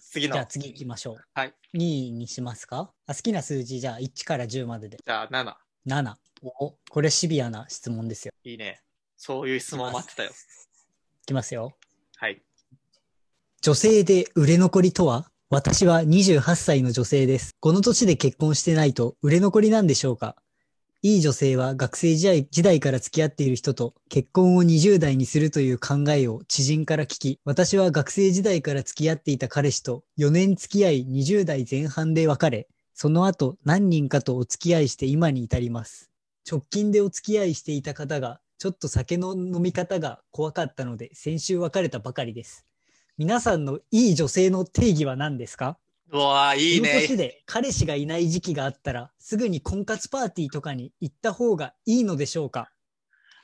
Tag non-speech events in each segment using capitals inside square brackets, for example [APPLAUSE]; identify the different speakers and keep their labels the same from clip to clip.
Speaker 1: 次の
Speaker 2: じゃあ次行きましょう。
Speaker 1: はい。
Speaker 2: 2位にしますかあ好きな数字じゃあ1から10までで。
Speaker 1: じゃあ7
Speaker 2: 7。おこれシビアな質問ですよ。
Speaker 1: いいねそういう質問待ってたよ
Speaker 2: いきますよ。
Speaker 1: はい
Speaker 2: 女性で売れ残りとは私は28歳の女性です。この年で結婚してないと売れ残りなんでしょうかいい女性は学生時代時代から付き合っている人と結婚を20代にするという考えを知人から聞き、私は学生時代から付き合っていた彼氏と4年付き合い20代前半で別れ、その後何人かとお付き合いして今に至ります。直近でお付き合いしていた方が、ちょっと酒の飲み方が怖かったので先週別れたばかりです。皆さんのいい女性の定義は何ですか
Speaker 1: うわーいい
Speaker 2: この年
Speaker 1: ね
Speaker 2: で彼氏がいない時期があったら、すぐに婚活パーティーとかに行った方がいいのでしょうか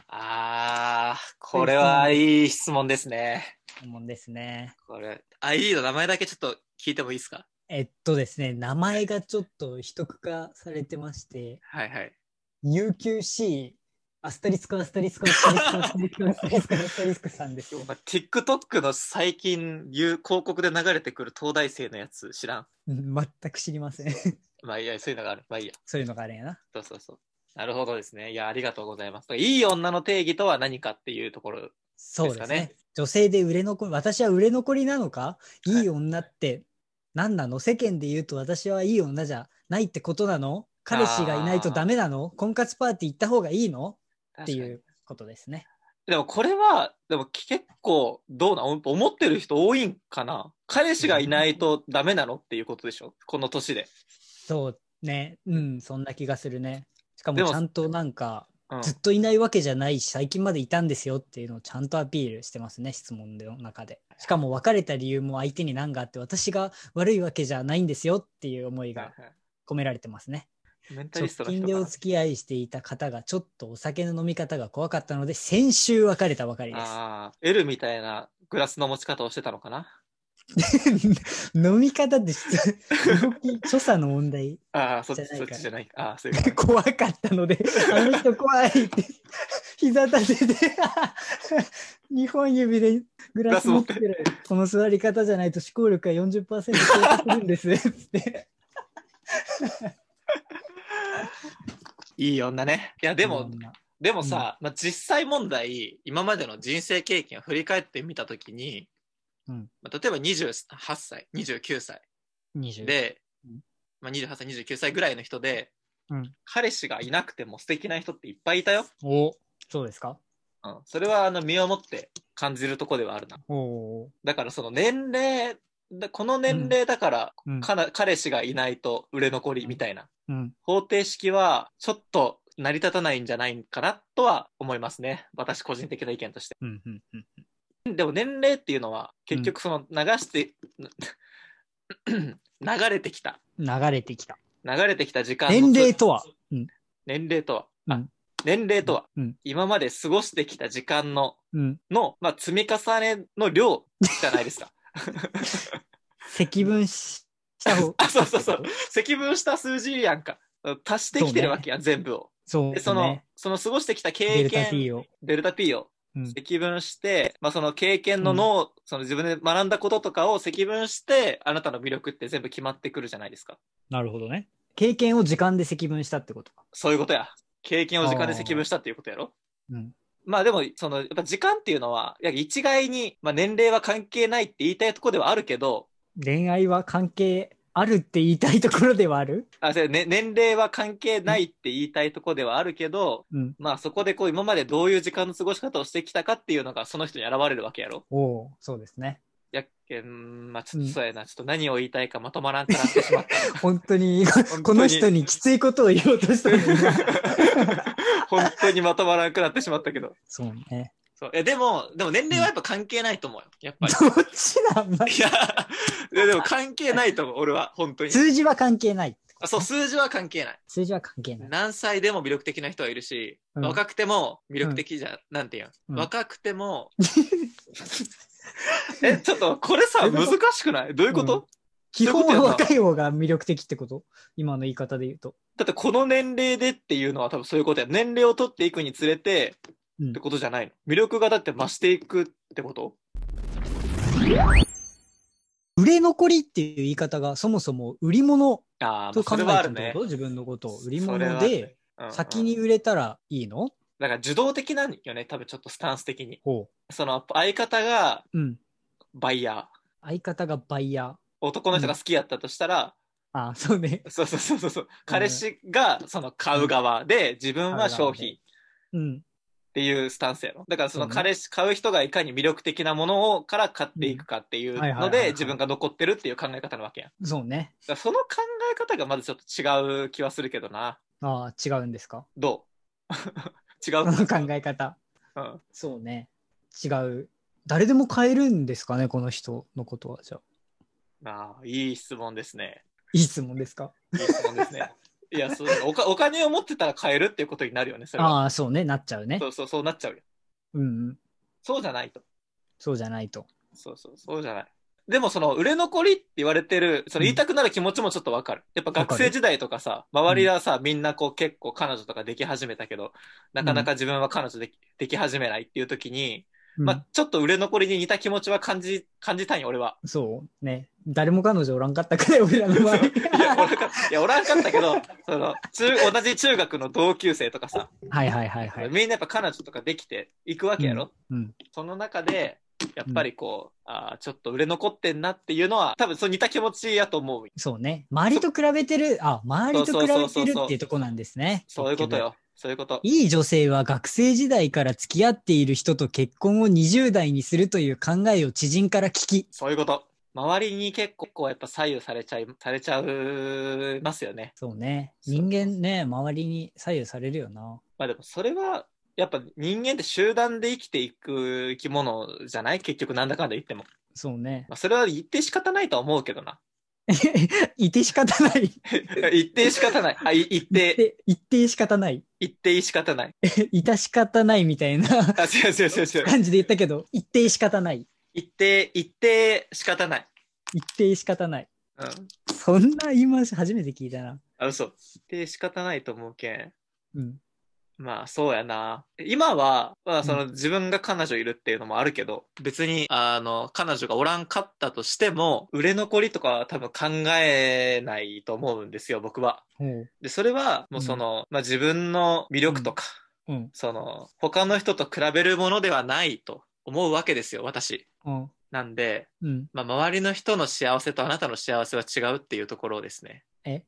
Speaker 1: あーこれはいい質問ですね
Speaker 2: 思うんですね。
Speaker 1: これ ID の名前だけちょっと聞いてもいいですか
Speaker 2: えっとですね、名前がちょっと秘匿化されてまして、
Speaker 1: はいはい
Speaker 2: UQC、アスタリスク、アスタリスク、アスタリスク、アスタリスク、アスタリスク、アスタリスクさ
Speaker 1: [LAUGHS]
Speaker 2: んですよ。
Speaker 1: まあ TikTok の最近言う広告で流れてくる東大生のやつ知らん
Speaker 2: うん全く知りません。 [LAUGHS]
Speaker 1: まあいいやそういうのがあるまあいいや
Speaker 2: そういうのがあれやな。
Speaker 1: そうそうそうなるほどですねいやありがとうございますいい女の定義とは何かっていうところ
Speaker 2: そうですね。
Speaker 1: ですか
Speaker 2: 女性で売れ残り、私は売れ残りなのか
Speaker 1: はい
Speaker 2: いい女って何なの、世間で言うと私はいい女じゃないってことなの彼氏がいないとダメなの婚活パーティー行った方がいいのって
Speaker 1: 確か
Speaker 2: い
Speaker 1: に
Speaker 2: うことですね。
Speaker 1: でもこれは、でも結構どうなの思ってる人多いんかな彼氏がいないとダメなのっていうことでしょこの年で。
Speaker 2: そうね。うん、そんな気がするね。しかも
Speaker 1: でも
Speaker 2: ちゃんとなんか、
Speaker 1: うん。
Speaker 2: ずっといないわけじゃないし、最近までいたんですよっていうのをちゃんとアピールしてますね、質問の中で。しかも別れた理由も相手に何があって、私が悪いわけじゃないんですよっていう思いが込められてますね。
Speaker 1: メンタ
Speaker 2: 直
Speaker 1: リストの人
Speaker 2: 近
Speaker 1: か
Speaker 2: で
Speaker 1: な
Speaker 2: お付き合いしていた方がちょっとお酒の飲み方が怖かったので先週別れたばかりで
Speaker 1: ああ、L みたいなグラスの持ち方をしてたのかな
Speaker 2: す [LAUGHS] 飲み方って質動き所作の問題 [LAUGHS]
Speaker 1: ああ、そっち
Speaker 2: じゃ
Speaker 1: そ
Speaker 2: ない
Speaker 1: っ
Speaker 2: から
Speaker 1: ちじゃない。ああ、そういう
Speaker 2: [LAUGHS]
Speaker 1: ことね
Speaker 2: 怖かったの
Speaker 1: [LAUGHS]
Speaker 2: であの人怖いって膝立てて [LAUGHS] 2本指でグラス持ってるこの座り方じゃないと思考力が40%低下するん
Speaker 1: [LAUGHS]
Speaker 2: ですつって
Speaker 1: いい女ね。いや、でも、
Speaker 2: うん
Speaker 1: でもさ、まあ、実際問題、今までの人生経験を振り返ってみたときに、
Speaker 2: うん
Speaker 1: まあ、例えば28歳、29歳。
Speaker 2: 20
Speaker 1: で
Speaker 2: うん、
Speaker 1: まあ、28歳29歳ぐらいの人で、
Speaker 2: うん
Speaker 1: 彼氏がいなくても素敵な人っていっぱいいたよ、
Speaker 2: おそうですか
Speaker 1: うん、それはあの身をもって感じるとこではあるな
Speaker 2: おー
Speaker 1: だからその年齢だこの年齢だから、
Speaker 2: うん
Speaker 1: かな彼氏がいないと売れ残りみたいな
Speaker 2: うん
Speaker 1: 方程式はちょっと成り立たないんじゃないかなとは思いますね私個人的な意見として
Speaker 2: うんうんうん
Speaker 1: でも年齢っていうのは結局その流して、 [CLEARS THROAT] 流れてきた
Speaker 2: 流れてきた
Speaker 1: 流れてきた時間の
Speaker 2: 年齢とは
Speaker 1: 年齢とは、
Speaker 2: う
Speaker 1: あ
Speaker 2: ん
Speaker 1: 年齢とは、
Speaker 2: うん
Speaker 1: 今まで過ごしてきた時間の、
Speaker 2: うん
Speaker 1: の、まあ、積み重ねの量じゃない
Speaker 2: [LAUGHS]
Speaker 1: ですか。
Speaker 2: 積分しした方
Speaker 1: [LAUGHS] あ、そうそうそう。積分した数字やんか。足してきてるわけやん、全部を。
Speaker 2: そう、
Speaker 1: で、
Speaker 2: ね。
Speaker 1: その、その過ごしてきた
Speaker 2: デ
Speaker 1: 経
Speaker 2: ルタ
Speaker 1: 験、
Speaker 2: T を。
Speaker 1: デルタ P を
Speaker 2: うん
Speaker 1: 積分して、まあ、その経験の脳、その自分で学んだこととかを積分して、あなたの魅力って全部決まってくるじゃないですか。
Speaker 2: なるほどね。経験を時間で積分したってことか。
Speaker 1: そういうことや。経験を時間で積分したっていうことやろ
Speaker 2: うん。
Speaker 1: まあでも、その、やっぱ時間っていうのは、いや一概に、まあ年齢は関係ないって言いたいところではあるけど、
Speaker 2: 恋愛は関係あるって言いたいところではある
Speaker 1: あ、それね、年齢は関係ないって言いたいところではあるけど、
Speaker 2: うん。
Speaker 1: まあそこでこう今までどういう時間の過ごし方をしてきたかっていうのがその人に現れるわけやろ
Speaker 2: おおそうですね。
Speaker 1: やっけん、まあちょ
Speaker 2: う
Speaker 1: っ
Speaker 2: ん
Speaker 1: とそうやな、ちょっと何を言いたいかまとまらんくなってしまっ
Speaker 2: 本当に、
Speaker 1: 当に
Speaker 2: この人にきついことを言おうとしたのに
Speaker 1: [LAUGHS] た。本当にまとまらんくなってしまったけど。
Speaker 2: そうね。
Speaker 1: そう。え、でも、でも年齢はやっぱ関係ないと思うよ。やっぱり。
Speaker 2: どっちなんだ
Speaker 1: いや、いやでも関係ないと思う、俺は、本当に。
Speaker 2: 数字は関係ない。
Speaker 1: あそう、数字は関係ない。
Speaker 2: 数字は関係ない。
Speaker 1: 何歳でも魅力的な人はいるし、
Speaker 2: うん
Speaker 1: 若くても魅力的じゃ、なんていうん、
Speaker 2: うん
Speaker 1: 若くて
Speaker 2: [LAUGHS]
Speaker 1: も。え、ちょっと、これさ、
Speaker 2: どういう
Speaker 1: 難しくないどういうこと、
Speaker 2: うん基本は
Speaker 1: そういうことやな
Speaker 2: 若い方が魅力的ってこと今の言い方で言うと。
Speaker 1: だって、この年齢でっていうのは多分そういうことや。年齢を取っていくにつれて、
Speaker 2: うん
Speaker 1: ってことじゃないの。魅力がだって増していくってこと
Speaker 2: 売れ残りっていう言い方がそもそも売り物
Speaker 1: ああ、ま
Speaker 2: と
Speaker 1: あ、そ
Speaker 2: 考え
Speaker 1: れ
Speaker 2: て
Speaker 1: はあ
Speaker 2: る
Speaker 1: る
Speaker 2: って
Speaker 1: ね
Speaker 2: こと。自分のことを売り
Speaker 1: それ
Speaker 2: 物
Speaker 1: はあるね
Speaker 2: で、
Speaker 1: うんうん
Speaker 2: 先に売れたらいいの
Speaker 1: だから受動的なんよね、多分ちょっとスタンス的に。
Speaker 2: ほ
Speaker 1: その相方が
Speaker 2: う。うん。
Speaker 1: バイヤー。
Speaker 2: 相方がバイヤー。
Speaker 1: 男の人が好きやったとしたら、
Speaker 2: あそうね。 [LAUGHS]
Speaker 1: そうそうそうそうそう。彼氏がその買う側で、自分は商品っ
Speaker 2: うん。
Speaker 1: ていうスタンスやろ。だからその
Speaker 2: そうね
Speaker 1: 彼氏、買う人がいかに魅力的なものをから買っていくかっていう
Speaker 2: うんはいはい
Speaker 1: の
Speaker 2: はいは
Speaker 1: で、
Speaker 2: い
Speaker 1: 自分が残ってるっていう考え方なわけや。だか
Speaker 2: そうね。
Speaker 1: らその考え方がまずちょっと違う気はするけどな。
Speaker 2: ああ、違うんですか
Speaker 1: どう違 [LAUGHS] う
Speaker 2: この考え方。
Speaker 1: うん。
Speaker 2: そうね。違う。誰でも買えるんですかねこの人のことは。じゃあ。
Speaker 1: ああ、いい質問ですね。
Speaker 2: いい質問ですか
Speaker 1: いい質問ですね。いや、そうおかお金を持ってたら買えるっていうことになるよね、それは。
Speaker 2: ああ、そうね。なっちゃうね
Speaker 1: そ。うそう、そうなっちゃうよ。
Speaker 2: うんうん。
Speaker 1: そうじゃないと。
Speaker 2: そうじゃないと。
Speaker 1: そうそう、そうじゃない。でもその売れ残りって言われてる、その言いたくなる気持ちもちょっとわかる。やっぱ学生時代とかさ、周りはさ、みんなこう結構彼女とかでき始めたけど、なかなか自分は彼女できでき始めないっていう時に、
Speaker 2: うん
Speaker 1: まあちょっと売れ残りに似た気持ちは感じ、感じたんよ、俺
Speaker 2: [LAUGHS]
Speaker 1: は。
Speaker 2: そうね。誰も彼女おらんかったから、俺らの場合。
Speaker 1: いや、おらんかいやおらんかったけど、その、中、同じ中学の同級生とかさ、
Speaker 2: [LAUGHS] はいはいはいはい。
Speaker 1: みんなやっぱ彼女とかできていくわけやろ、
Speaker 2: うん。
Speaker 1: その中で、やっぱりこう、ああ、ちょっと売れ残ってんなっていうのは、多分そう似た気持ちやと思う。
Speaker 2: そうね。周りと比べてる、あ、周りと
Speaker 1: そう
Speaker 2: 比べ
Speaker 1: そう
Speaker 2: て
Speaker 1: そう
Speaker 2: る
Speaker 1: そう
Speaker 2: っていうとこなんですね。
Speaker 1: そういうこと
Speaker 2: 結局。
Speaker 1: よ。そういうこと。
Speaker 2: いい女性は学生時代から付き合っている人と結婚を20代にするという考えを知人から聞き、
Speaker 1: そういうこと。周りに結構こうやっぱ左右されちゃい、されちゃいますよね。
Speaker 2: そうね。
Speaker 1: そう
Speaker 2: 人間ね、周りに左右されるよな。
Speaker 1: まあでもそれは、やっぱ人間って集団で生きていく生き物じゃない結局なんだかんだ言っても。
Speaker 2: そうね。 [LAUGHS]
Speaker 1: まあそれは言って仕方ないとは思うけどな。 [LAUGHS]
Speaker 2: いて仕方ない。
Speaker 1: 言って仕方ない。あ、い言って、
Speaker 2: で、一定仕方ない。
Speaker 1: 言って仕方ない。
Speaker 2: いた仕方ないみたいな [LAUGHS]
Speaker 1: あ、違う違う違う違う。
Speaker 2: 感じで言ったけど、一定仕方ない。
Speaker 1: 言って、言って仕方ない。
Speaker 2: 一定仕方ない。
Speaker 1: うん。
Speaker 2: そんな言い回し初めて聞いたな。
Speaker 1: あ、嘘。で、仕方ないと思うけん。
Speaker 2: うん。
Speaker 1: まあ、そうやな。今は、まあ、その、
Speaker 2: うん
Speaker 1: 自分が彼女いるっていうのもあるけど、別に、あの、彼女がおらんかったとしても、売れ残りとかは多分考えないと思うんですよ、僕は。
Speaker 2: ほう。
Speaker 1: で、それは、もうその、まあ、自分の魅力とか、
Speaker 2: うん。
Speaker 1: その、他の人と比べるものではないと思うわけですよ、私。
Speaker 2: うん。
Speaker 1: なんで、
Speaker 2: うん。
Speaker 1: まあ、周りの人の幸せとあなたの幸せは違うっていうところですね。
Speaker 2: え
Speaker 1: え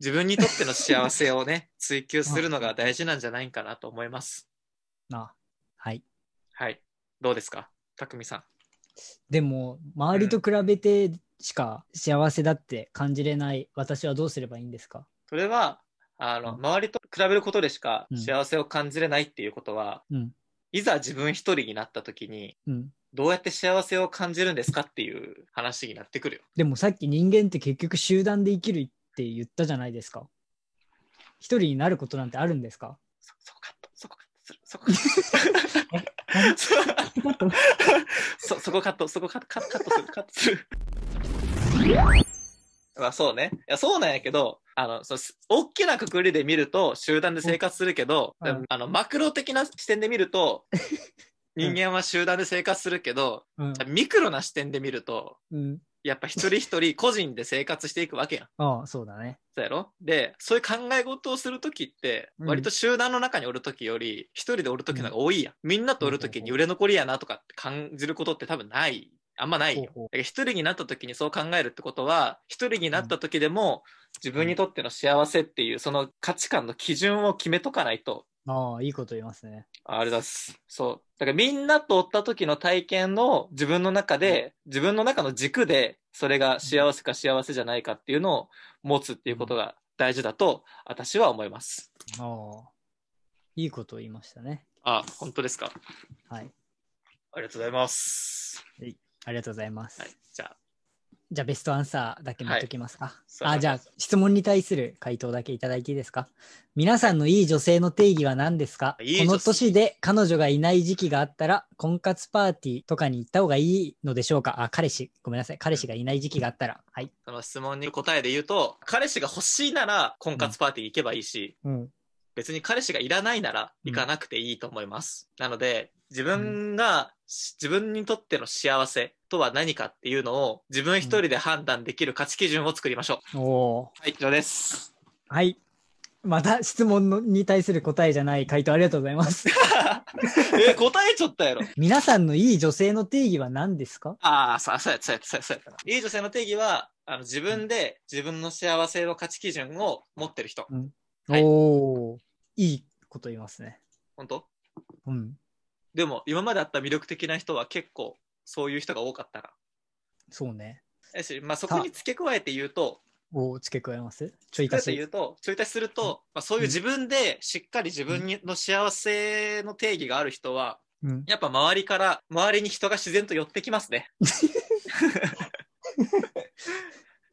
Speaker 1: 自分にとっての幸せをね、 [LAUGHS] 追求するのが大事なんじゃないかなと思います。
Speaker 2: なあ。はい。
Speaker 1: はい。どうですかたくみさん。
Speaker 2: でも周りと比べてしか幸せだって感じれない私はどうすればいいんですか
Speaker 1: それは、あの、
Speaker 2: うん
Speaker 1: 周りと比べることでしか
Speaker 2: うん
Speaker 1: 幸せを感じれないっていうことは、
Speaker 2: うん
Speaker 1: いざ自分一人になった時に、
Speaker 2: うん
Speaker 1: どうやって幸せを感じるんですかっていう話になってくるよ。
Speaker 2: でもさっき人間って結局集団で生きるって言ったじゃないですか一人になることなんてあるんですか
Speaker 1: そ、そこカット、そこカットする、そこカ
Speaker 2: [LAUGHS]
Speaker 1: ットそう。そ、そこカット、そこカット、カカットする、カットする。まあそうね。いや、そうなんやけど、あの、そう、す大きな括りで見ると集団で生活するけど、
Speaker 2: うんはい
Speaker 1: あの、マクロ的な視点で見ると、
Speaker 2: うん
Speaker 1: 人間は集団で生活するけど、
Speaker 2: うん、
Speaker 1: ミクロな視点で見ると、
Speaker 2: うん、
Speaker 1: やっぱ一人一人個人で生活していくわけやん。
Speaker 2: ああそうだね
Speaker 1: そうやろで、そういう考え事をするときって、
Speaker 2: うん
Speaker 1: 割と集団の中におるときより、一人でおるときの方が多いやん。みんなとおるときに
Speaker 2: ほ
Speaker 1: 売れ残りやなとかって感じることって多分ない。あんまないよ。だ
Speaker 2: ほうほう
Speaker 1: から一人になったときにそう考えるってことは、一人になったときでも、自分にとっての幸せっていう、その価値観の基準を決めとかないと、
Speaker 2: ああいいこと言いますね
Speaker 1: あれだっす。そう。だからみんなとおった時の体験の自分の中で、自分の中の軸で、それが幸せか幸せじゃないかっていうのを持つっていうことが大事だと、私は思います。
Speaker 2: ああいいこと言いましたね
Speaker 1: あ、本当ですか。
Speaker 2: はい
Speaker 1: ありがとうございます。
Speaker 2: ありがとうございます、
Speaker 1: はい。じゃあ、
Speaker 2: じゃあベストアンサーだけ見ときますか。
Speaker 1: そう
Speaker 2: あじゃあ質問に対する回答だけいただいていいですか皆さんのいい女性の定義は何ですか
Speaker 1: いい
Speaker 2: こ
Speaker 1: 女性
Speaker 2: の年で彼女がいない時期があったら婚活パーティーとかに行った方がいいのでしょうかあ、彼氏。ごめんなさい。彼氏がいない時期があったら。はい。
Speaker 1: その質問に答えで言うと、彼氏が欲しいなら婚活パーティー行けばいいし、
Speaker 2: うん。
Speaker 1: 別に彼氏がいらないなら行かなくていいと思います。なので、自分が、し自分にとっての幸せとは何かっていうのを自分一人で判断できる価値基準を作りましょう。
Speaker 2: おお
Speaker 1: はい、以上です。
Speaker 2: ー。はい。また質問のに対する答えじゃない回答ありがとうござ
Speaker 1: [LAUGHS]
Speaker 2: います。
Speaker 1: えー、答えちゃったやろ。
Speaker 2: 皆さんのいい女性の定義は何ですか
Speaker 1: [LAUGHS] ああ、そうそうやった、そうやった、そうやったそうやったな。いい女性の定義は、あの自分で自分の幸せの価値基準を持ってる人。はい
Speaker 2: おー。いいこと言いますね。
Speaker 1: 本当
Speaker 2: うん。
Speaker 1: でも、今まであった魅力的な人は結構、そういう人が多かったな。
Speaker 2: そうね。
Speaker 1: だし、まあ、そこに付け加えて言うと、
Speaker 2: おー、付け加えますちょい
Speaker 1: そうや
Speaker 2: 足
Speaker 1: って言う
Speaker 2: し。
Speaker 1: と、ちょい足しすると、まあ、そういう
Speaker 2: うん
Speaker 1: 自分でしっかり自分にの幸せの定義がある人は、
Speaker 2: うん。
Speaker 1: やっぱ周りから、周りに人が自然と寄ってきます
Speaker 2: [LAUGHS]
Speaker 1: ね。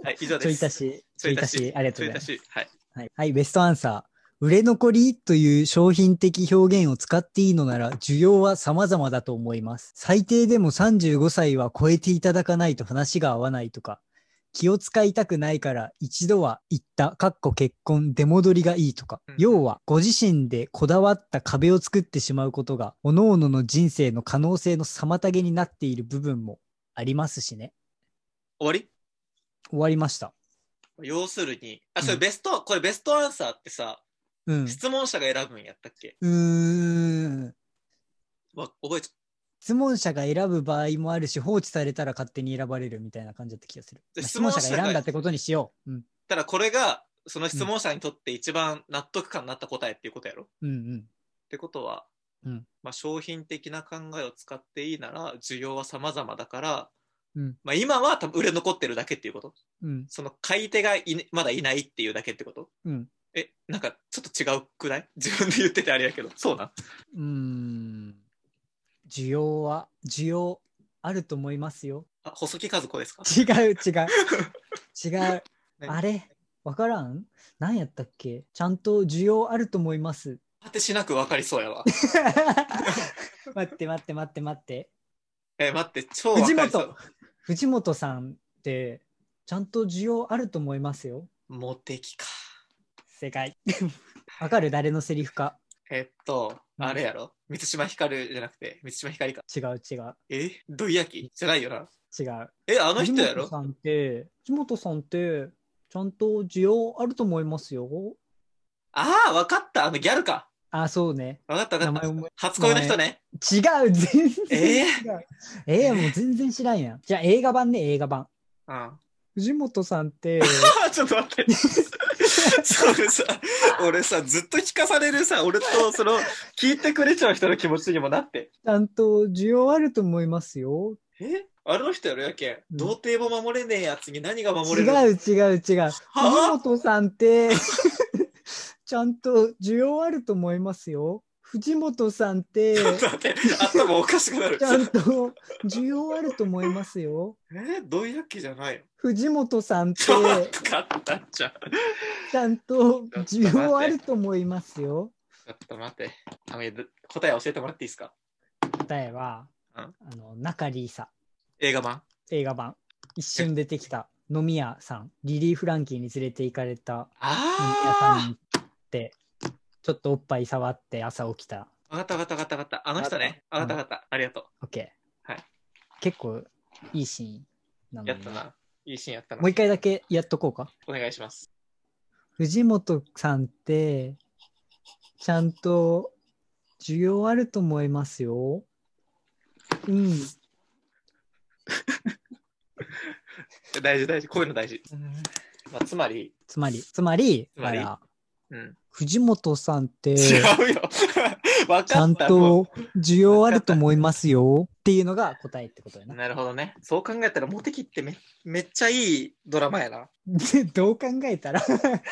Speaker 1: はい、以上
Speaker 2: ちょ
Speaker 1: で
Speaker 2: い
Speaker 1: す。
Speaker 2: 足
Speaker 1: [LAUGHS]
Speaker 2: し。ちょい足し。ありがとうございます。
Speaker 1: ちょい足しはい。
Speaker 2: はい、はい、ベストアンサー。売れ残りという商品的表現を使っていいのなら、需要は様々だと思います。最低でも35歳は超えていただかないと話が合わないとか、気を使いたくないから一度は行った、かっこ結婚、出戻りがいいとか
Speaker 1: うん、
Speaker 2: 要はご自身でこだわった壁を作ってしまうことが、各々の人生の可能性の妨げになっている部分もありますしね。
Speaker 1: 終わり
Speaker 2: 終わりました。
Speaker 1: 要するに、あ、
Speaker 2: うん
Speaker 1: それベスト、これベストアンサーってさ、
Speaker 2: うん。
Speaker 1: 質問者が選ぶんやったっけ
Speaker 2: うーん。
Speaker 1: わ覚えちゃっ
Speaker 2: 質問者が選ぶ場合もあるし放置されたら勝手に選ばれるみたいな感じだった気がする。
Speaker 1: で
Speaker 2: まあ
Speaker 1: 質
Speaker 2: 質
Speaker 1: 問
Speaker 2: 問
Speaker 1: 者
Speaker 2: 者
Speaker 1: が
Speaker 2: が選んだってことにしよう。うん、
Speaker 1: たらこれが、その質問者にとって一番納得感になった答えっていうことやろ、っ
Speaker 2: うん、
Speaker 1: てことは、
Speaker 2: うん
Speaker 1: まあ、商品的な考えを使っていいなら、需要は様々だから、
Speaker 2: うん
Speaker 1: まあ、今は多分売れ残ってるだけっていうこと
Speaker 2: うん、うん、
Speaker 1: その買い手がいねまだいないっていうだけってこと
Speaker 2: うん。
Speaker 1: え、なんかちょっと違うくない自分で言っててあれやけど。そうなん
Speaker 2: うーん。需要は、需要あると思いますよ。
Speaker 1: あ、細木和子ですか
Speaker 2: 違 [LAUGHS] う、違う。違う。
Speaker 1: 何
Speaker 2: あれわからん何やったっけちゃんと需要あると思い [LAUGHS] ます。
Speaker 1: 果てしなく分かりそうやわ。
Speaker 2: 待って待って待って待って。
Speaker 1: え、待って、超分
Speaker 2: 藤
Speaker 1: かりそう
Speaker 2: 本。、藤本さんって、ちゃんと需要あると思いますよ。
Speaker 1: モテキか。[LAUGHS]
Speaker 2: 正解。わかる誰のセリフか。
Speaker 1: えっと、
Speaker 2: うん
Speaker 1: あれやろ満島ひかるじゃなくて、満島ひかりか。
Speaker 2: 違う違う
Speaker 1: え土井焼きじゃないよな。
Speaker 2: 違う。
Speaker 1: え、あ
Speaker 2: あ
Speaker 1: の人やろ
Speaker 2: 藤本さんって、藤本さんって、ちゃんと需要あると思いますよ。
Speaker 1: ああ、分かった。あのギャルか。
Speaker 2: あ、そうね。
Speaker 1: 分かった分か
Speaker 2: 名前
Speaker 1: っ
Speaker 2: 思
Speaker 1: た。初恋の人ね。
Speaker 2: 違う、全
Speaker 1: え
Speaker 2: 然違う。ええもう全然知らんやん。じゃあ映画版ね、映画版。
Speaker 1: うん。 [LAUGHS] あ
Speaker 2: 藤本さん
Speaker 1: [LAUGHS]
Speaker 2: って、
Speaker 1: ーちょっと待って。それさ、俺さ、ずっと聞かされるさ、俺とその、聞いてくれちゃう人の気持ちにもなって。
Speaker 2: ちゃんと需要あると思いますよ。
Speaker 1: えあの人やろやけん。
Speaker 2: うん
Speaker 1: 童貞も守れねえやつに何が守
Speaker 2: 違
Speaker 1: れる
Speaker 2: う違う違う。藤
Speaker 1: は
Speaker 2: 本さんって、 [LAUGHS] ちゃんと需要あると思いますよ。藤本さん
Speaker 1: [LAUGHS]
Speaker 2: って、
Speaker 1: ちょっと待って、頭おかしく
Speaker 2: [LAUGHS]
Speaker 1: なる
Speaker 2: ち。ゃんと需要あると思いますよ。
Speaker 1: え土井焼きじゃないの
Speaker 2: 藤本さんって
Speaker 1: ちょっと勝ったっちゃう。
Speaker 2: ちゃんと需要あると思いますよ。
Speaker 1: ちょっと待って。あのど答え教えてもらっていいですか
Speaker 2: 答えは、
Speaker 1: うん
Speaker 2: あの、中里依紗、
Speaker 1: 映画版。
Speaker 2: 映画版。一瞬出てきた飲み屋さん、リリー・フランキーに連れて行かれた飲み屋さん
Speaker 1: あ
Speaker 2: に行って、ちょっとおっぱい触って朝起きた。
Speaker 1: あわかったわかったわかったわかった。あの人ね。わ
Speaker 2: わ
Speaker 1: か
Speaker 2: か
Speaker 1: っ
Speaker 2: ったた
Speaker 1: わかった。ありがと
Speaker 2: OK。
Speaker 1: はい
Speaker 2: 結構いいシーンな
Speaker 1: う。
Speaker 2: の
Speaker 1: やっ
Speaker 2: に
Speaker 1: たな。いいシーンやったな。
Speaker 2: もう一回だけやっとこうか。
Speaker 1: お願いします。
Speaker 2: 藤本さんって、ちゃんと需要あると思いますよ。うん。
Speaker 1: 大事大事。こういうの大事。まあ、つまり、
Speaker 2: つまり、つまり、
Speaker 1: つまり
Speaker 2: あら
Speaker 1: うん。
Speaker 2: 藤本さんって、
Speaker 1: 違うよ。 [LAUGHS] わかった。
Speaker 2: ちゃん
Speaker 1: も
Speaker 2: と需要あると思いますよ。っていうのが答えってことや
Speaker 1: う。
Speaker 2: な。
Speaker 1: なるほどね。そう考えたら、モテキってめめっちゃいいドラマやな。
Speaker 2: で、 [LAUGHS] どう考えたら、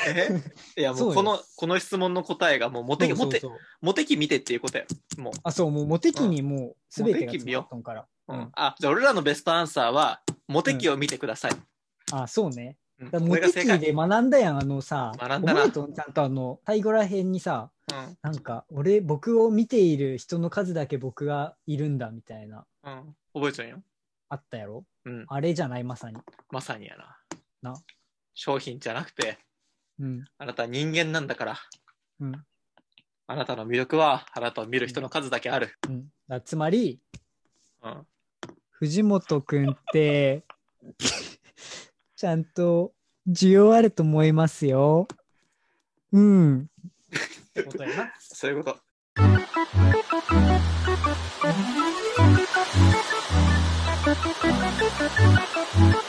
Speaker 1: えいや、もう
Speaker 2: そ
Speaker 1: こ
Speaker 2: うよ
Speaker 1: の、この質問の答えが、もうモテキ、
Speaker 2: そ
Speaker 1: モ
Speaker 2: うそう
Speaker 1: テ
Speaker 2: そう、
Speaker 1: モテキ見てっていうことや。もう。
Speaker 2: あ、そう、もうモテ期にもう全てが詰まっとんから。
Speaker 1: う
Speaker 2: うんん、
Speaker 1: あ、じゃあ俺らのベストアンサーは、モテキを見てください。
Speaker 2: あ、そうね。
Speaker 1: うん
Speaker 2: だから
Speaker 1: こ
Speaker 2: モ
Speaker 1: れが
Speaker 2: テ
Speaker 1: 正
Speaker 2: 期
Speaker 1: 解。
Speaker 2: で学んだやん、あのさ、
Speaker 1: 学んだな
Speaker 2: 覚えとんちゃんとあの、タイゴラ編にさ、
Speaker 1: うん
Speaker 2: なんか、俺、僕を見ている人の数だけ僕がいるんだみたいな、
Speaker 1: うん、覚えちゃうよ。
Speaker 2: あったやろ
Speaker 1: うん、
Speaker 2: あれじゃない、まさに。
Speaker 1: まさにやな。
Speaker 2: な
Speaker 1: 商品じゃなくて、
Speaker 2: うん。
Speaker 1: あなたは人間なんだから、
Speaker 2: うん。
Speaker 1: あなたの魅力は、あなたを見る人の数だけある。
Speaker 2: うん、だつまり、
Speaker 1: うん。
Speaker 2: 藤本くんって、 [LAUGHS] ちゃんと需要あると思いますよ。
Speaker 1: [LAUGHS]
Speaker 2: うん。ってことやな。
Speaker 1: そういうこと。
Speaker 3: Thank you.